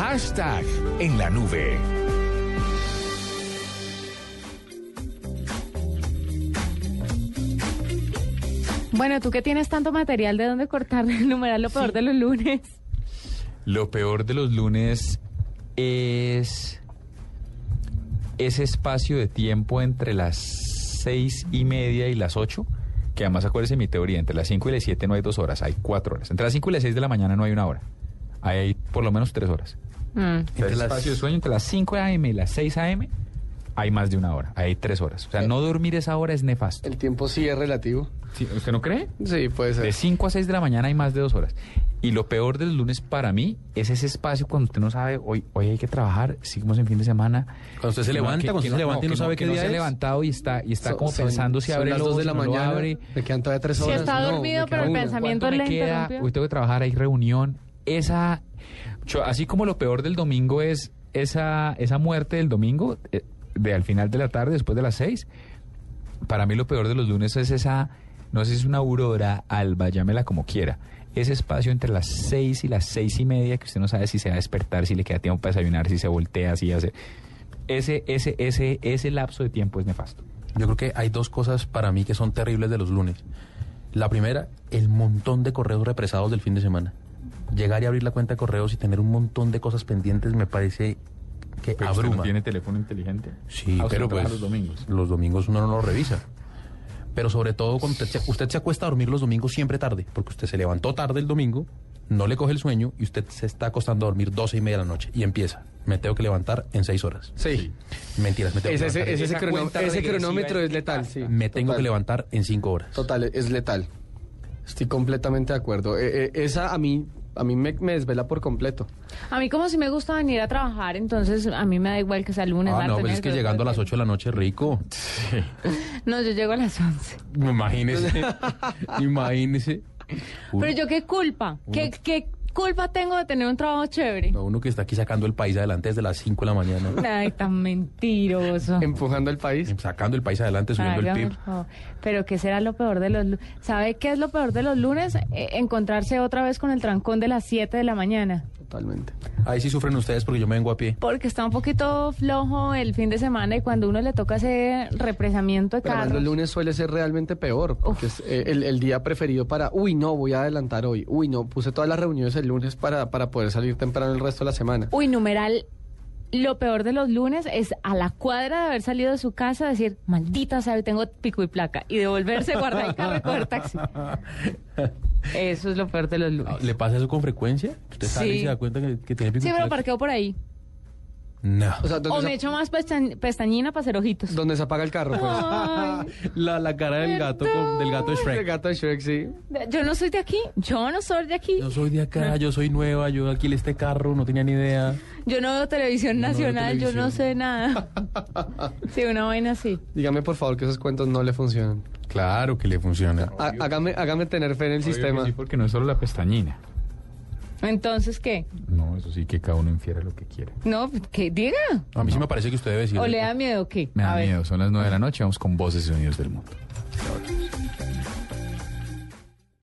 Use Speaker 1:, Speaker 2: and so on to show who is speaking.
Speaker 1: Hashtag en la nube.
Speaker 2: Bueno, tú que tienes tanto material de dónde cortar el numeral, lo peor de los lunes.
Speaker 3: Lo peor de los lunes es ese espacio de tiempo entre las seis y media y las ocho, que además acuérdese mi teoría, entre las cinco y las siete no hay dos horas, hay cuatro horas. Entre las cinco y las seis de la mañana no hay una hora, ahí hay por lo menos tres horas. Entre el espacio de sueño entre las 5 a.m. y las 6 a.m. hay más de una hora, hay tres horas. O sea, no dormir esa hora es nefasto.
Speaker 4: El tiempo sí es relativo.
Speaker 3: Sí, ¿Usted no cree?
Speaker 4: Sí, puede ser.
Speaker 3: De 5 a 6 de la mañana hay más de dos horas. Y lo peor del lunes para mí es ese espacio cuando usted no sabe, hoy, hoy hay que trabajar, seguimos en fin de semana.
Speaker 5: Cuando usted se
Speaker 3: Que no-
Speaker 5: levanta,
Speaker 3: que-
Speaker 5: cuando
Speaker 3: que
Speaker 5: usted se levanta y no sabe
Speaker 3: que
Speaker 5: qué
Speaker 3: no
Speaker 5: día
Speaker 3: se ha
Speaker 5: es.
Speaker 3: levantado y está, y está
Speaker 4: Son-
Speaker 3: como
Speaker 4: son-
Speaker 3: pensando si
Speaker 4: son
Speaker 3: abre
Speaker 4: las
Speaker 3: el
Speaker 4: dos
Speaker 3: ojo,
Speaker 4: de la
Speaker 3: si no lo
Speaker 4: mañana.
Speaker 3: abre.
Speaker 4: Me quedan todavía tres horas.
Speaker 2: está dormido,
Speaker 4: me
Speaker 2: pero
Speaker 4: queda
Speaker 2: el
Speaker 4: una.
Speaker 2: pensamiento-
Speaker 3: ¿Cuánto
Speaker 2: le
Speaker 3: me queda?
Speaker 2: interrumpió?
Speaker 3: Hoy tengo que trabajar, hay reunión. Esa, yo, así como lo peor del domingo es esa, esa muerte del domingo, eh, de al final de la tarde, después de las seis, para mí lo peor de los lunes es esa, no sé si es una aurora, alba, llámela como quiera. Ese espacio entre las seis y las seis y media que usted no sabe si se va a despertar, si le queda tiempo para desayunar, si se voltea, si hace... Ese, ese, ese, ese lapso de tiempo es nefasto.
Speaker 5: Yo creo que hay dos cosas para mí que son terribles de los lunes. La primera, el montón de correos represados del fin de semana. Llegar y abrir la cuenta de correos y tener un montón de cosas pendientes me parece que abruma.
Speaker 3: teléfono inteligente.
Speaker 5: Sí, pero pues
Speaker 3: los domingos.
Speaker 5: los domingos uno no lo revisa. Pero sobre todo cuando usted, se- usted se acuesta a dormir los domingos siempre tarde, porque usted se levantó tarde el domingo, no le coge el sueño y usted se está acostando a dormir 12 y media de la noche y empieza. Me tengo que levantar en 6 horas.
Speaker 4: Sí.
Speaker 5: Mentiras, me tengo
Speaker 4: Ese,
Speaker 5: que
Speaker 4: ese,
Speaker 5: levantar.
Speaker 4: ese
Speaker 3: Esa
Speaker 4: crono-
Speaker 3: cuenta
Speaker 4: ese
Speaker 3: regresiva
Speaker 4: cronómetro
Speaker 3: es
Speaker 4: es letal, sí.
Speaker 5: me tengo que
Speaker 4: Total.
Speaker 5: levantar en 5 horas.
Speaker 4: Total, es letal. Estoy completamente de acuerdo. Eh, eh, esa a mí, a mí me, me desvela por completo.
Speaker 2: A mí como si me gusta venir a trabajar, entonces a mí me da igual que sea lunes,
Speaker 5: Ah,
Speaker 2: martes.
Speaker 5: no, pero es que
Speaker 2: miércoles,
Speaker 5: llegando a las
Speaker 2: jueves.
Speaker 5: 8 de la noche, rico.
Speaker 2: No, yo llego a las 11.
Speaker 5: Imagínese. imagínese. Uno,
Speaker 2: Pero yo qué culpa, ¿Qué, qué culpa tengo de tener un trabajo chévere.
Speaker 5: no, uno que está aquí sacando el país adelante desde las 5 de la mañana.
Speaker 2: Ay, tan mentiroso.
Speaker 4: Empujando el país.
Speaker 5: Sacando el país adelante, Em, subiendo el
Speaker 2: Hágame
Speaker 5: PIB.
Speaker 2: el favor. Pero ¿qué será lo peor de los lunes? ¿Sabe qué es lo peor de los lunes? Eh, encontrarse otra vez con el trancón de las 7 de la mañana.
Speaker 4: Totalmente.
Speaker 5: Ahí sí sufren ustedes porque yo me vengo a pie.
Speaker 2: Porque está un poquito flojo el fin de semana y cuando uno le toca ese represamiento de
Speaker 4: Pero además
Speaker 2: carros.
Speaker 4: los lunes suele ser realmente peor, porque es eh, el, el día preferido para, uy, no, voy a adelantar hoy, uy, no, puse todas las reuniones el lunes para, para poder salir temprano el resto de la semana.
Speaker 2: Uy, numeral. Lo peor de los lunes es a la cuadra de haber salido de su casa decir, maldita sabe, tengo pico y placa, y devolverse, guardar el carro y coger taxi. Eso es lo peor de los
Speaker 5: Ah,
Speaker 2: lunes.
Speaker 5: ¿Le pasa eso con frecuencia? ¿Usted sale
Speaker 2: Sí.
Speaker 5: y se da cuenta que, que tiene pico
Speaker 2: Sí,
Speaker 5: y
Speaker 2: pero
Speaker 5: placa?
Speaker 2: parqueo por ahí.
Speaker 5: No.
Speaker 4: O sea, ¿dónde
Speaker 2: O
Speaker 4: se-
Speaker 2: me echo más pestañ- pestañina para hacer ojitos.
Speaker 4: ¿Dónde se apaga el carro, pues?
Speaker 5: la, la cara del gato, con- del gato de
Speaker 4: El
Speaker 5: Shrek.
Speaker 4: gato de Shrek, sí.
Speaker 2: Yo no soy de aquí, yo no soy de aquí.
Speaker 5: Yo soy de acá, yo soy nueva, yo aquí en este carro, no tenía ni idea.
Speaker 2: Yo no veo televisión
Speaker 5: Yo no veo
Speaker 2: nacional, yo no
Speaker 5: televisión.
Speaker 2: sé nada. Sí, una vaina así.
Speaker 4: Dígame, por favor, que esos cuentos no le funcionan.
Speaker 5: Claro que le funciona.
Speaker 4: Ha- Hágame, hágame tener fe en el sistema.
Speaker 3: Sí, porque no es solo la pestañina.
Speaker 2: Entonces, ¿qué?
Speaker 3: No, eso sí, que cada uno infiere lo que quiere.
Speaker 2: No, que diga.
Speaker 5: A mí sí me parece que usted debe decir.
Speaker 2: ¿O le da miedo o qué?
Speaker 3: Me
Speaker 2: A
Speaker 3: da
Speaker 2: ver.
Speaker 3: miedo, son las 9 de la noche, vamos con voces y sonidos del mundo.